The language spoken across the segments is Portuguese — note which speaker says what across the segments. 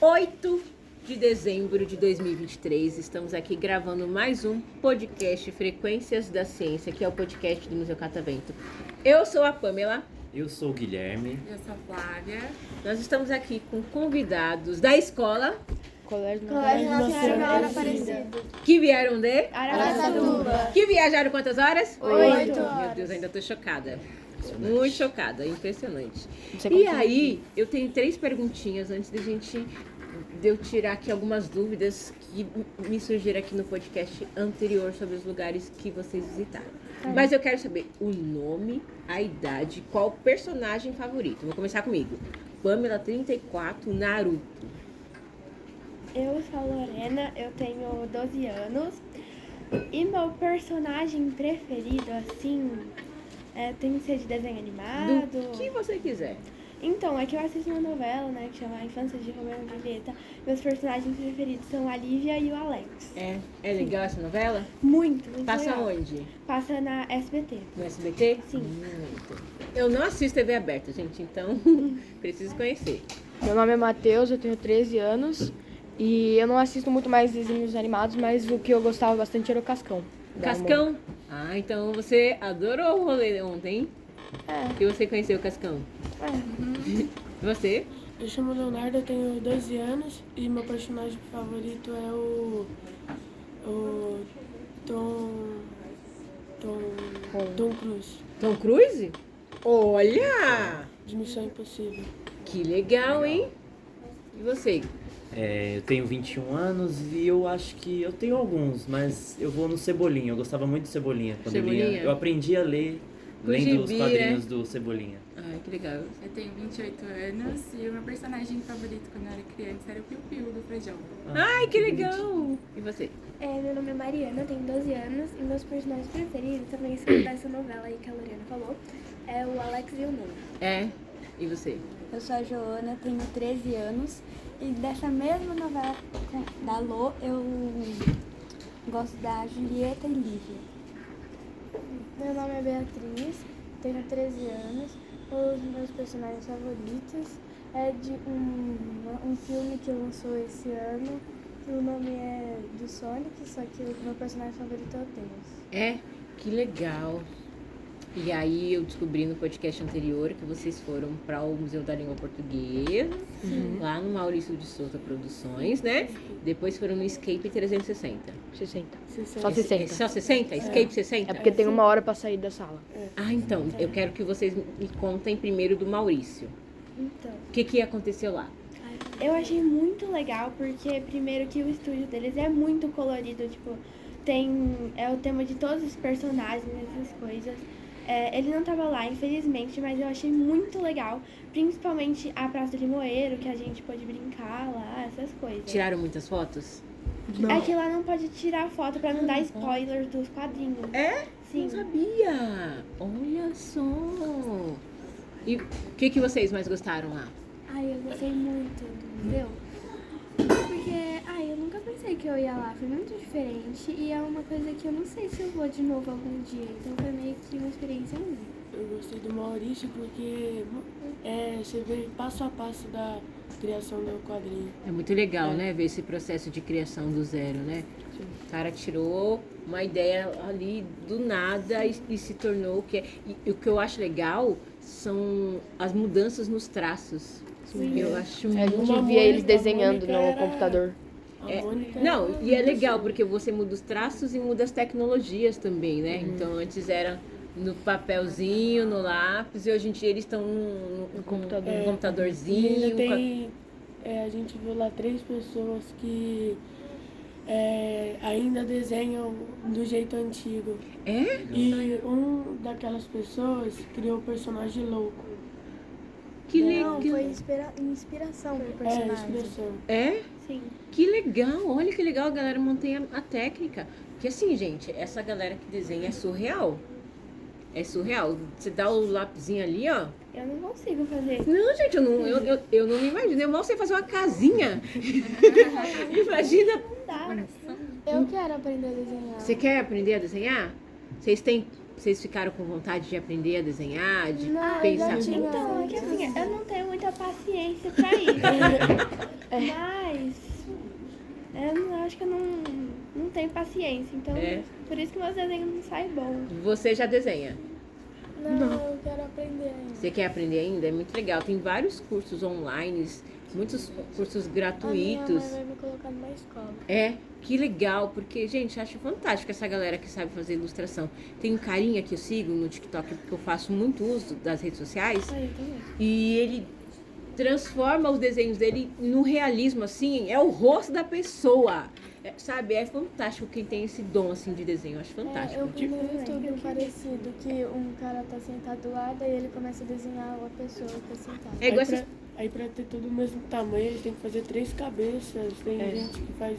Speaker 1: 8 de dezembro de 2023, estamos aqui gravando mais um podcast Frequências da Ciência, que é o podcast do Museu Catavento. Eu sou a Pamela,
Speaker 2: Eu sou o Guilherme.
Speaker 3: Eu sou a Flávia.
Speaker 1: nós estamos aqui com convidados da escola
Speaker 4: Colégio
Speaker 1: é
Speaker 5: Colégio Nacional
Speaker 4: Aparecida.
Speaker 5: Aparecido.
Speaker 1: que vieram de.
Speaker 5: é Aracatuba.
Speaker 1: que viajaram quantas horas?
Speaker 5: Ah. Oito
Speaker 1: Meu
Speaker 5: horas.
Speaker 1: Deus, ainda tô chocada. Muito chocada, impressionante.
Speaker 4: Não sei
Speaker 1: E
Speaker 4: quantos
Speaker 1: aí, eu tenho três perguntinhas antes da gente de eu tirar aqui algumas dúvidas que me surgiram aqui no podcast anterior sobre os lugares que vocês visitaram. Mas eu quero saber o nome, a idade, qual personagem favorito. Vou começar comigo. Pamela 34, Naruto.
Speaker 5: Eu sou a Lorena, eu tenho 12 anos. E meu personagem preferido, assim, é, tem que ser de desenho animado.
Speaker 1: Do que você quiser.
Speaker 5: Então, é que eu assisto uma novela, né, que chama A Infância de Romeu e Julieta. Meus personagens preferidos são a Lívia e o Alex.
Speaker 1: É, é legal essa novela?
Speaker 5: Muito, muito
Speaker 1: Passa
Speaker 5: legal.
Speaker 1: onde?
Speaker 5: Passa na SBT.
Speaker 1: No SBT?
Speaker 5: Sim.
Speaker 1: Muito. Eu não assisto TV aberta, gente, então preciso conhecer.
Speaker 4: Meu nome é Matheus, eu tenho 13 anos. E eu não assisto muito mais desenhos animados, mas o que eu gostava bastante era o Cascão. da Amor.
Speaker 1: Cascão? Ah, então você adorou o rolê ontem, hein?
Speaker 5: É.
Speaker 1: E você conheceu o Cascão? Uhum. Você?
Speaker 6: Eu chamo Leonardo, eu tenho 12 anos e meu personagem favorito é o. O. Tom. Tom. Tom Cruise,
Speaker 1: Tom Cruise? Olha!
Speaker 6: de Missão Impossível.
Speaker 1: Que legal, hein? E você?
Speaker 2: É, eu tenho 21 anos e eu acho que eu tenho alguns, mas eu vou no Cebolinha. Eu gostava muito de Cebolinha quando eu
Speaker 1: Cebolinha?
Speaker 2: lia. Eu aprendi a ler
Speaker 1: Com
Speaker 2: lendo os
Speaker 1: gibi, né?
Speaker 2: quadrinhos do Cebolinha.
Speaker 1: Ai, que legal.
Speaker 3: Eu tenho 28 anos e o meu personagem favorito quando eu era criança era o Piu Piu do Feijão.
Speaker 1: Ai, que legal! E você?
Speaker 5: É, meu nome é Mariana, eu tenho 12 anos e meus personagens preferidos também são dessa novela aí que a Lorena falou. É o Alex e o Nuno.
Speaker 1: É? E você?
Speaker 7: Eu sou a Joana, tenho 13 anos e dessa mesma novela com- da Lô eu gosto da Julieta e Lívia.
Speaker 5: Meu nome é Beatriz, tenho 13 anos. Os meus personagens favoritos é de um, um filme que lançou esse ano. O nome é do Sonic, só que o meu personagem favorito é o Tails.
Speaker 1: É? Que legal! E aí eu descobri no podcast anterior que vocês foram para o Museu da Língua Portuguesa, lá no Maurício de Souza Produções, né? Depois foram no Escape 360.
Speaker 4: 60.
Speaker 6: Você
Speaker 4: Só
Speaker 1: É
Speaker 4: 60.
Speaker 1: só 60? Escape 60?
Speaker 4: É porque tem uma hora pra sair da sala.
Speaker 1: Ah, então, eu quero que vocês me contem primeiro do Maurício.
Speaker 5: Então.
Speaker 1: O que, que aconteceu lá?
Speaker 5: Eu achei muito legal porque primeiro que o estúdio deles é muito colorido, tipo, tem é o tema de todos os personagens, essas coisas. É, ele não tava lá, infelizmente, mas eu achei muito legal, principalmente a Praça do Limoeiro, que a gente pôde brincar lá, essas coisas.
Speaker 1: Tiraram muitas fotos?
Speaker 5: É que lá não pode tirar foto pra não dar spoiler dos quadrinhos.
Speaker 1: É?
Speaker 5: Sim.
Speaker 1: Não sabia! Olha só! E o que, que vocês mais gostaram lá?
Speaker 7: Ai, eu gostei muito, entendeu? Porque, ai, eu nunca pensei que eu ia lá, foi muito diferente e é uma coisa que eu não sei se eu vou de novo algum dia, então foi meio que uma experiência única.
Speaker 6: Eu gostei do Maurício porque é, você vê passo a passo da criação do quadrinho.
Speaker 1: É muito legal, né? Ver esse processo de criação do zero, né? O cara tirou uma ideia ali do nada e, e se tornou o que é. E, e o que eu acho legal são as mudanças nos traços. Eu acho
Speaker 4: A
Speaker 1: muito
Speaker 4: gente
Speaker 6: Uma
Speaker 4: via eles
Speaker 6: Mônica,
Speaker 4: desenhando
Speaker 6: Mônica
Speaker 4: no
Speaker 6: era-
Speaker 4: computador.
Speaker 6: A
Speaker 1: É,
Speaker 6: Mônica.
Speaker 1: Não, e é
Speaker 6: assim.
Speaker 1: legal porque você muda os traços e muda as tecnologias também, né? Então antes era no papelzinho, no lápis, e hoje em dia eles estão no, no-
Speaker 4: computador.
Speaker 1: no
Speaker 6: E
Speaker 1: computadorzinho.
Speaker 6: ainda tem. é, a gente viu lá três pessoas que é, ainda desenham do jeito antigo.
Speaker 1: É?
Speaker 6: E um daquelas pessoas criou o personagem louco.
Speaker 1: Que legal.
Speaker 5: inspiração pro
Speaker 6: É, expressão.
Speaker 1: É?
Speaker 5: Sim.
Speaker 1: Que legal, olha que legal a galera mantém a, a técnica. Porque assim, gente, essa galera que desenha é surreal. É surreal. Você dá o lapisinho ali, ó,
Speaker 5: Eu não consigo fazer.
Speaker 1: Não, gente, eu não, eu, eu, eu não me imagino. Eu mal sei fazer uma casinha. Imagina.
Speaker 5: Não dá.
Speaker 7: Eu quero aprender a desenhar.
Speaker 1: Você quer aprender a desenhar? Vocês têm. Vocês ficaram com vontade de aprender a desenhar, de
Speaker 7: Não, eu
Speaker 1: pensar.
Speaker 7: já tinha.
Speaker 5: Então, é que assim, eu não tenho muita paciência pra isso. Mas eu não- acho que eu não, não tenho paciência. Então,
Speaker 1: É.
Speaker 5: por isso que meus desenhos não saem bom.
Speaker 1: Você já desenha.
Speaker 7: Não, eu quero aprender ainda.
Speaker 1: Você quer aprender ainda? É muito legal. Tem vários cursos online, muitos cursos
Speaker 7: A minha mãe
Speaker 1: gratuitos.
Speaker 7: vai me colocar numa escola.
Speaker 1: É, que legal, porque, gente, acho fantástico essa galera que sabe fazer ilustração. Tem um carinha que eu sigo no TikTok, porque eu faço muito uso das redes sociais,
Speaker 7: Ah, eu também.
Speaker 1: e ele transforma os desenhos dele no realismo, assim, é o rosto da pessoa. É, sabe, é fantástico quem tem esse dom, assim, de desenho, eu acho
Speaker 7: É,
Speaker 1: fantástico.
Speaker 7: eu vi no
Speaker 5: Tipo-
Speaker 7: YouTube um parecido, que um cara tá sentado do lado e ele começa a desenhar a pessoa que tá sentada.
Speaker 1: É igual
Speaker 6: aí,
Speaker 1: essas...
Speaker 6: pra, aí pra ter todo o mesmo tamanho, eles têm que fazer três cabeças. Tem
Speaker 1: É.
Speaker 6: gente que faz,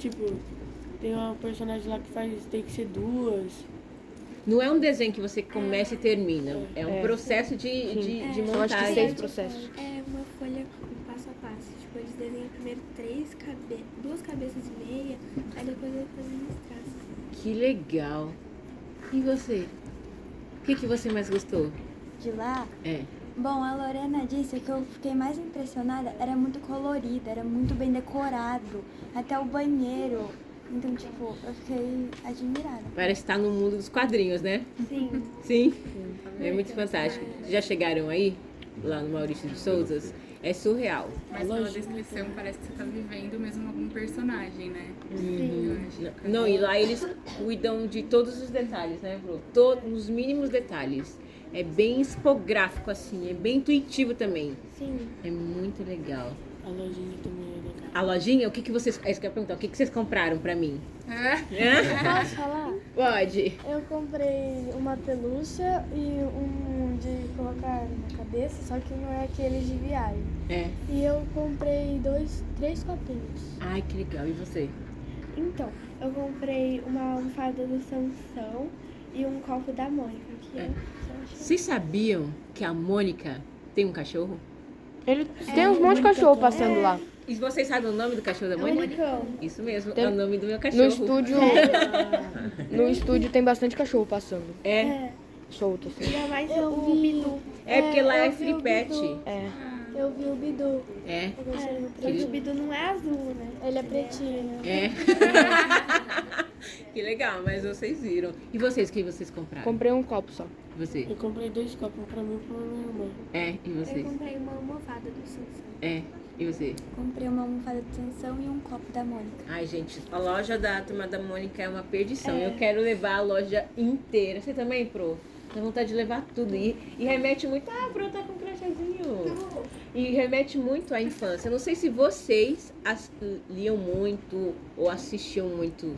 Speaker 6: tipo, tem uma personagem lá que faz, tem que ser duas.
Speaker 1: Não é um desenho que você começa e termina, é um
Speaker 4: É.
Speaker 1: processo de, de, de
Speaker 4: São É, acho que
Speaker 1: montagem.
Speaker 4: seis processos.
Speaker 7: É uma folha com passo a passo. Tipo, eles desenham primeiro três cabe duas cabeças e meia, aí depois eles fazem uns traços.
Speaker 1: Que legal. E você? O que, que você mais gostou?
Speaker 8: de lá.
Speaker 1: É.
Speaker 8: Bom, a Lorena disse que eu fiquei mais impressionada, era muito colorido, era muito bem decorado, até o banheiro. Então, tipo, eu fiquei admirada.
Speaker 1: Parece estar no mundo dos quadrinhos, né?
Speaker 5: Sim.
Speaker 1: Sim.
Speaker 8: tá
Speaker 1: É muito fantástico. Já chegaram aí? Lá no Maurício de Souzas? É surreal.
Speaker 3: Mas pela descrição parece que você tá vivendo mesmo algum personagem, né? Eu acho que-
Speaker 1: Não, e lá eles cuidam de todos os detalhes, né, Bru? Todos os mínimos detalhes. É bem expográfico, assim. É bem intuitivo também.
Speaker 5: Sim.
Speaker 1: É muito legal.
Speaker 6: A lojinha também é legal.
Speaker 1: A lojinha, o que, que vocês. É isso que eu ia perguntar. O que, que vocês compraram pra mim?
Speaker 3: É.
Speaker 1: Hã?
Speaker 7: Posso falar?
Speaker 1: Pode.
Speaker 7: Eu comprei uma pelúcia e um de colocar na cabeça, só que não é aquele de viagem.
Speaker 1: É.
Speaker 7: E eu comprei dois, três copinhos.
Speaker 1: Ai, que legal. E você?
Speaker 5: Então, eu comprei uma almofada do Sansão e um copo da Mônica, que é
Speaker 1: É.
Speaker 5: eu só achei.
Speaker 1: Vocês sabiam que a Mônica tem um cachorro?
Speaker 4: Ele tem um monte de cachorro passando lá.
Speaker 1: E vocês sabem o nome do cachorro da Mônica?
Speaker 5: Monicão.
Speaker 1: Isso mesmo,
Speaker 4: Tem-
Speaker 1: é o nome do meu
Speaker 4: No
Speaker 1: cachorro.
Speaker 4: estúdio. No estúdio tem bastante cachorro passando.
Speaker 1: É,
Speaker 5: É,
Speaker 4: Solto, assim.
Speaker 5: ainda mais
Speaker 7: Eu
Speaker 5: o
Speaker 7: vi.
Speaker 5: Bidu.
Speaker 1: é porque lá
Speaker 7: É,
Speaker 1: é
Speaker 7: eu vi
Speaker 1: free
Speaker 7: o
Speaker 1: pet.
Speaker 7: Bidu.
Speaker 4: É.
Speaker 7: Eu vi o Bidu.
Speaker 1: É,
Speaker 7: Eu gostei do
Speaker 5: Só que
Speaker 7: preto.
Speaker 5: o Bidu não é azul, né?
Speaker 7: Ele é pretinho, né?
Speaker 1: é. que legal, mas vocês viram. E vocês, o que vocês compraram?
Speaker 4: Comprei um copo só.
Speaker 1: Você.
Speaker 6: Eu comprei dois copos, um pra mim e um pra minha irmã.
Speaker 1: É, e
Speaker 5: Eu
Speaker 1: vocês?
Speaker 5: comprei uma almofada do Sansão.
Speaker 1: É, e você?
Speaker 8: Comprei uma almofada de tensão e um copo da Mônica.
Speaker 1: Ai, gente, a loja da turma da Mônica é uma perdição. Eu quero levar a loja inteira. Você também, Pro? Dá vontade de levar tudo. E, e remete muito. Ah, Pro tá com crachazinho. E remete muito à infância. Eu Não sei se vocês as- liam muito ou assistiam muito.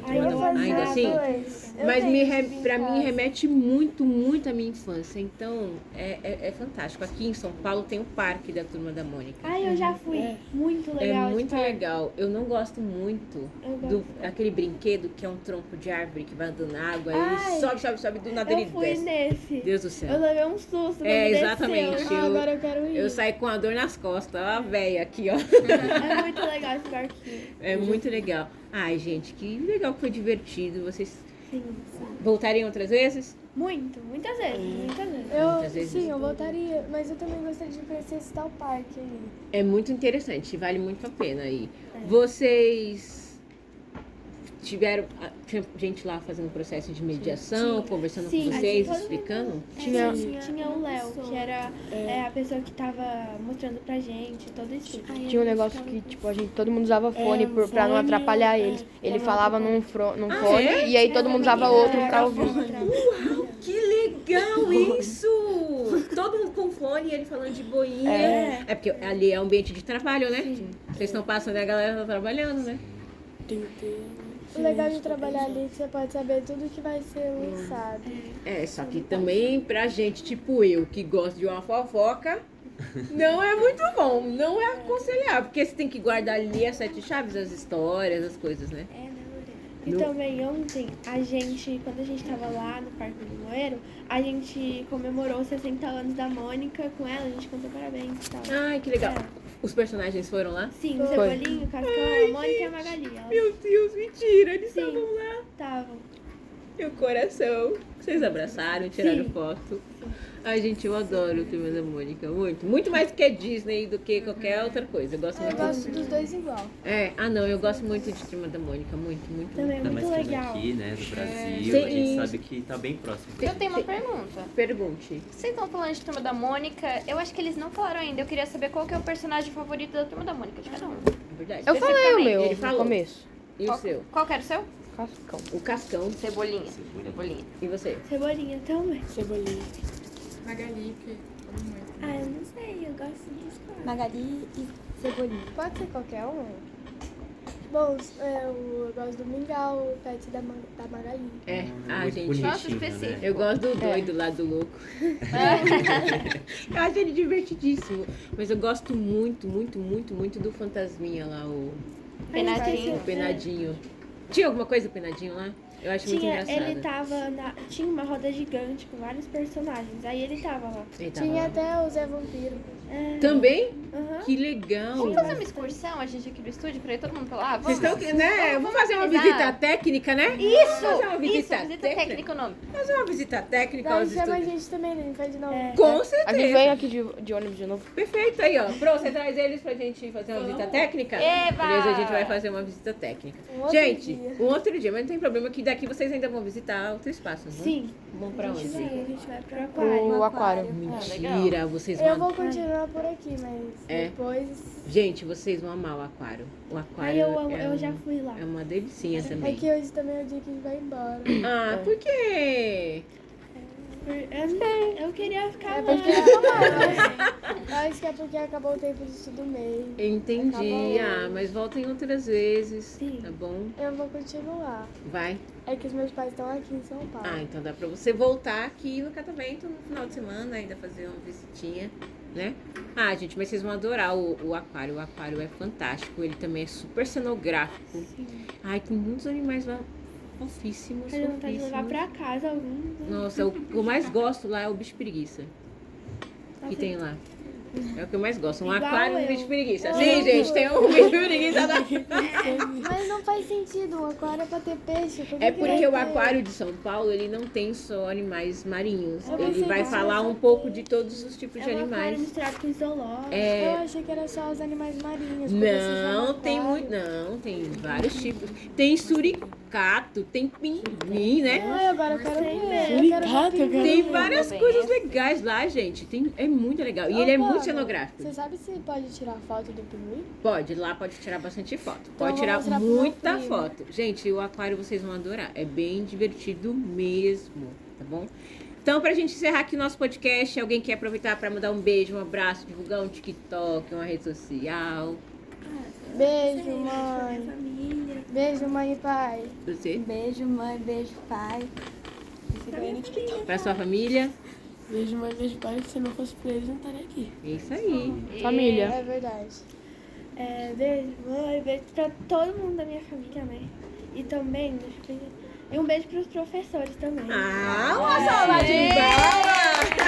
Speaker 7: Aí
Speaker 1: Turma
Speaker 7: eu
Speaker 1: da-
Speaker 7: fazia
Speaker 1: ainda assim?
Speaker 7: dois. Eu
Speaker 1: Mas
Speaker 7: tenho
Speaker 1: me
Speaker 7: esse
Speaker 1: re...
Speaker 7: em
Speaker 1: pra mim
Speaker 7: casa.
Speaker 1: remete muito, muito à minha infância. Então é, é- é fantástico. Aqui em São Paulo tem o parque da Turma da Mônica.
Speaker 5: Ai, eu já fui. Muito legal.
Speaker 1: é muito
Speaker 5: tipo,
Speaker 1: legal. Eu não gosto muito
Speaker 5: Eu
Speaker 1: do
Speaker 5: gosto.
Speaker 1: aquele brinquedo que é um tronco de árvore que vai dando água.
Speaker 5: Ai,
Speaker 1: Ele sobe, sobe, sobe, do nada ele
Speaker 5: Eu fui
Speaker 1: desce.
Speaker 5: nesse.
Speaker 1: Deus do
Speaker 5: Eu
Speaker 1: céu.
Speaker 5: levei um susto.
Speaker 1: É,
Speaker 5: quando desceu.
Speaker 1: exatamente.
Speaker 7: Ah,
Speaker 1: Eu-
Speaker 7: agora eu quero ir.
Speaker 1: Eu saí com a dor nas costas, ó, a véia aqui, ó.
Speaker 5: É muito legal esse barquinho.
Speaker 1: É muito legal. Ai, gente, que legal que foi divertido. Vocês
Speaker 5: Sim, sim.
Speaker 1: voltariam outras vezes?
Speaker 5: Muito, muitas vezes, muitas vezes.
Speaker 1: Muitas
Speaker 7: Eu,
Speaker 1: vezes.
Speaker 7: sim, eu voltaria, mas eu também gostaria de conhecer esse tal parque aí.
Speaker 1: É muito interessante, vale muito a pena aí. Vocês tiveram ah, tinha gente lá fazendo um processo de mediação, conversando
Speaker 5: Sim,
Speaker 1: com
Speaker 5: sim.
Speaker 1: vocês,
Speaker 5: Todo mundo.
Speaker 1: explicando?
Speaker 4: Tinha-
Speaker 5: É, Tinha, tinha
Speaker 7: um
Speaker 5: o Léo, que era
Speaker 6: É.
Speaker 5: é, a pessoa que tava mostrando pra gente todo isso.
Speaker 4: Tinha um negócio que, tipo, a gente, todo mundo usava fone
Speaker 6: É,
Speaker 4: por- pra não
Speaker 6: fone,
Speaker 4: atrapalhar
Speaker 6: é,
Speaker 4: eles.
Speaker 6: pra
Speaker 4: Ele
Speaker 6: não
Speaker 4: falava
Speaker 6: atrapalhar.
Speaker 4: num, fro- num
Speaker 1: Ah,
Speaker 4: fone
Speaker 1: é?
Speaker 4: e aí todo mundo usava outro pra ouvir.
Speaker 1: Que legal isso! Todo mundo com fone e ele falando de boinha. É, porque ali é ambiente de trabalho, né? Vocês estão passando e a galera tá trabalhando, né?
Speaker 6: Tem que ter.
Speaker 7: O legal de trabalhar ali é que você pode saber tudo que vai ser lançado.
Speaker 1: É, só que também pra gente, tipo eu, que gosto de uma fofoca, não é muito bom, não é aconselhável, porque você tem que guardar ali as sete chaves, as histórias, as coisas, né?
Speaker 5: É, né, Lorena? E
Speaker 2: No-
Speaker 5: também ontem, a gente, quando a gente tava lá no Parque do Moeiro, a gente comemorou os 60 anos da Mônica com ela, a gente cantou parabéns e tal.
Speaker 4: Ah,
Speaker 1: Ai, que legal.
Speaker 5: É.
Speaker 1: Os personagens foram lá?
Speaker 5: Sim, o Cebolinho, o Cascão,
Speaker 1: Ai,
Speaker 5: a Mônica e a
Speaker 1: gente,
Speaker 5: Magali. Elas
Speaker 1: Meu Deus, mentira, eles
Speaker 5: Sim.
Speaker 1: estavam lá.
Speaker 5: estavam.
Speaker 1: Meu coração. Vocês abraçaram, tiraram
Speaker 5: Sim.
Speaker 1: foto. Ai, gente, eu adoro o filme da Mônica, muito. Muito mais que a Disney do que qualquer outra coisa. Eu gosto
Speaker 7: Eu
Speaker 1: muito.
Speaker 7: gosto dos dois igual.
Speaker 1: É, ah não, eu gosto muito de Turma da Mônica, muito, muito,
Speaker 5: Também é
Speaker 1: muito.
Speaker 5: muito
Speaker 2: mas tendo
Speaker 5: legal.
Speaker 2: aqui,
Speaker 1: É.
Speaker 2: né, do Brasil, a
Speaker 1: Sim.
Speaker 2: gente sabe que tá bem próximo.
Speaker 9: Eu tenho uma pergunta.
Speaker 1: Pergunte.
Speaker 9: Vocês estão falando de Turma da Mônica, eu acho que eles não falaram ainda. Eu queria saber qual que é o personagem favorito da Turma da Mônica, de cada um.
Speaker 1: É verdade.
Speaker 4: Eu falei o
Speaker 9: Especificamente,
Speaker 4: meu
Speaker 1: ele
Speaker 4: no
Speaker 1: falou.
Speaker 4: começo.
Speaker 1: E o
Speaker 9: Qual,
Speaker 1: seu?
Speaker 9: qual que era o seu?
Speaker 4: Cascão.
Speaker 1: O Cascão.
Speaker 9: Cebolinha.
Speaker 2: Cebolinha.
Speaker 9: Cebolinha.
Speaker 1: E você?
Speaker 5: Cebolinha também.
Speaker 6: Cebolinha.
Speaker 3: Magali, que come muito.
Speaker 5: Ah, eu não sei, eu gosto dos quatro.
Speaker 8: Magali e Cebolinha.
Speaker 7: Pode ser qualquer um? Bom, é, o- eu gosto do mingau, o pet da, Ma- da Magali.
Speaker 1: É,
Speaker 2: Hum,
Speaker 1: ah,
Speaker 2: muito
Speaker 1: gente.
Speaker 2: bonitinho,
Speaker 9: Nossa, específico.
Speaker 2: Né?
Speaker 1: Eu gosto do doido lá do louco. eu acho ele divertidíssimo. Mas eu gosto muito, muito, muito, muito do fantasminha lá, o,
Speaker 9: Penadinho.
Speaker 5: É.
Speaker 1: o penadinho. Tinha alguma coisa do penadinho lá? Eu acho muito
Speaker 5: Tinha,
Speaker 1: engraçado.
Speaker 5: ele tá- tava na, tinha uma roda gigante com vários personagens, aí ele tava lá.
Speaker 1: Ele
Speaker 4: Tá.
Speaker 1: tava
Speaker 7: Tinha
Speaker 1: lá.
Speaker 7: até o Zé Vampiro.
Speaker 5: É,
Speaker 1: Também?
Speaker 5: aham.
Speaker 1: Que legal.
Speaker 9: Vamos fazer uma excursão, a gente aqui do estúdio, pra ir todo mundo pra lá?
Speaker 1: Vocês
Speaker 9: Vamos.
Speaker 1: estão, né? Vamos fazer uma
Speaker 9: Exato.
Speaker 1: visita técnica, né?
Speaker 9: Isso!
Speaker 1: Fazer uma
Speaker 9: Isso,
Speaker 1: visita,
Speaker 9: visita técnica o nome.
Speaker 1: Fazer uma visita técnica
Speaker 7: Daí
Speaker 1: aos
Speaker 7: chama a
Speaker 1: estudantes.
Speaker 7: gente também, né? Faz de novo.
Speaker 5: É.
Speaker 1: Com
Speaker 4: A
Speaker 1: certeza.
Speaker 4: gente veio aqui de, de ônibus de novo.
Speaker 1: Perfeito aí, ó. Pro, você traz eles pra gente fazer uma visita técnica?
Speaker 9: Eba!
Speaker 1: Beleza, a gente vai fazer uma visita técnica.
Speaker 7: Um outro
Speaker 1: gente,
Speaker 7: dia.
Speaker 1: um outro dia, mas não tem problema que daqui vocês ainda vão visitar outro espaço, não?
Speaker 5: Sim,
Speaker 1: Vão pra
Speaker 5: a gente
Speaker 1: onde?
Speaker 5: vai, Ah, a gente vai pro aquário.
Speaker 4: O aquário.
Speaker 1: Mentira, vocês vão.
Speaker 7: Eu vou continuar por aqui, mas
Speaker 1: É.
Speaker 7: depois.
Speaker 1: Gente, vocês vão amar o aquário. O aquário.
Speaker 5: Aí eu, amo-
Speaker 1: é
Speaker 5: eu
Speaker 1: um-
Speaker 5: já fui lá.
Speaker 1: É uma delicinha
Speaker 7: É
Speaker 1: também.
Speaker 7: que hoje também é o dia que a gente vai embora.
Speaker 1: Ah,
Speaker 5: É.
Speaker 1: por quê?
Speaker 5: Por- Eu, não sei, É, eu queria ficar
Speaker 7: É
Speaker 5: lá.
Speaker 7: porque acabou, né? Acho que é porque acabou o tempo de estudo meio.
Speaker 1: Entendi. Ah, mas voltem outras vezes.
Speaker 5: Sim.
Speaker 1: Tá bom?
Speaker 7: Eu vou continuar.
Speaker 1: Vai.
Speaker 7: É que os meus pais estão aqui em São Paulo.
Speaker 1: Ah, então dá pra você voltar aqui no Catavento no final de semana, ainda fazer uma visitinha, né? Ah, gente, mas vocês vão adorar o, o aquário. O aquário é fantástico, ele também é super cenográfico. Ai, tem muitos animais lá fofíssimos,
Speaker 5: Tenho vontade de levar
Speaker 1: fofíssimos.
Speaker 5: pra casa algum. né?
Speaker 1: Nossa, é o que eu mais gosto lá é o bicho preguiça que tem lá. É o que eu mais gosto, um
Speaker 5: Igual
Speaker 1: aquário e um
Speaker 5: eu.
Speaker 1: bicho preguiça.
Speaker 7: Eu
Speaker 1: Sim,
Speaker 7: amo.
Speaker 1: gente, tem um bicho preguiça lá.
Speaker 5: é
Speaker 7: Mas não faz sentido, o aquário é pra ter peixe. como
Speaker 1: É
Speaker 7: que vai
Speaker 1: porque o
Speaker 7: ter?
Speaker 1: aquário de São Paulo, ele não tem só animais marinhos.
Speaker 7: Eu
Speaker 1: Ele
Speaker 7: pensei
Speaker 1: vai
Speaker 7: que
Speaker 1: falar
Speaker 7: era só
Speaker 1: um pouco de todos os tipos de
Speaker 5: É um aquário
Speaker 1: animais.
Speaker 5: misturado com zoológico.
Speaker 1: É,
Speaker 7: Eu achei que era só os animais marinhos. porque se chama
Speaker 1: não, tem
Speaker 7: aquário.
Speaker 1: muito. né? Não, tem vários tipos. Tem suricato, tem pinguim, né?
Speaker 7: Ai, agora eu quero ver. Eu quero
Speaker 6: Suricato,
Speaker 7: ver.
Speaker 6: cara.
Speaker 1: Tem
Speaker 7: pinguim.
Speaker 1: várias
Speaker 9: bem.
Speaker 1: coisas legais lá, gente. Tem, é muito legal. E ele é
Speaker 7: Ô,
Speaker 1: muito
Speaker 7: Bora,
Speaker 1: cenográfico.
Speaker 7: Você sabe se pode tirar foto do pinguim?
Speaker 1: Pode, lá pode tirar bastante foto.
Speaker 7: eu
Speaker 1: Pode
Speaker 7: vou
Speaker 1: tirar
Speaker 7: Então, mostrar pro meu
Speaker 1: muita
Speaker 7: primo.
Speaker 1: foto. Gente, o aquário vocês vão adorar. É bem divertido mesmo, tá bom? Então, pra gente encerrar aqui o nosso podcast, alguém quer aproveitar pra mandar um beijo, um abraço, divulgar um TikTok, uma rede social?
Speaker 7: Beijo,
Speaker 5: Minha
Speaker 7: mãe.
Speaker 5: família.
Speaker 7: Beijo, mãe e pai.
Speaker 1: Você?
Speaker 8: Um Beijo, mãe. Beijo, pai.
Speaker 1: Pra sua família?
Speaker 6: Beijo, mãe, beijo, pai. Se não fosse por eles, eu não estaria aqui.
Speaker 1: É isso aí.
Speaker 4: Família.
Speaker 7: É verdade.
Speaker 5: É, beijo, mãe, beijo pra todo mundo da minha família, né? E também, deixa
Speaker 7: Ah,
Speaker 5: eu pensar, e um beijo pros professores também.
Speaker 1: É. Ah, uma salva de palmas!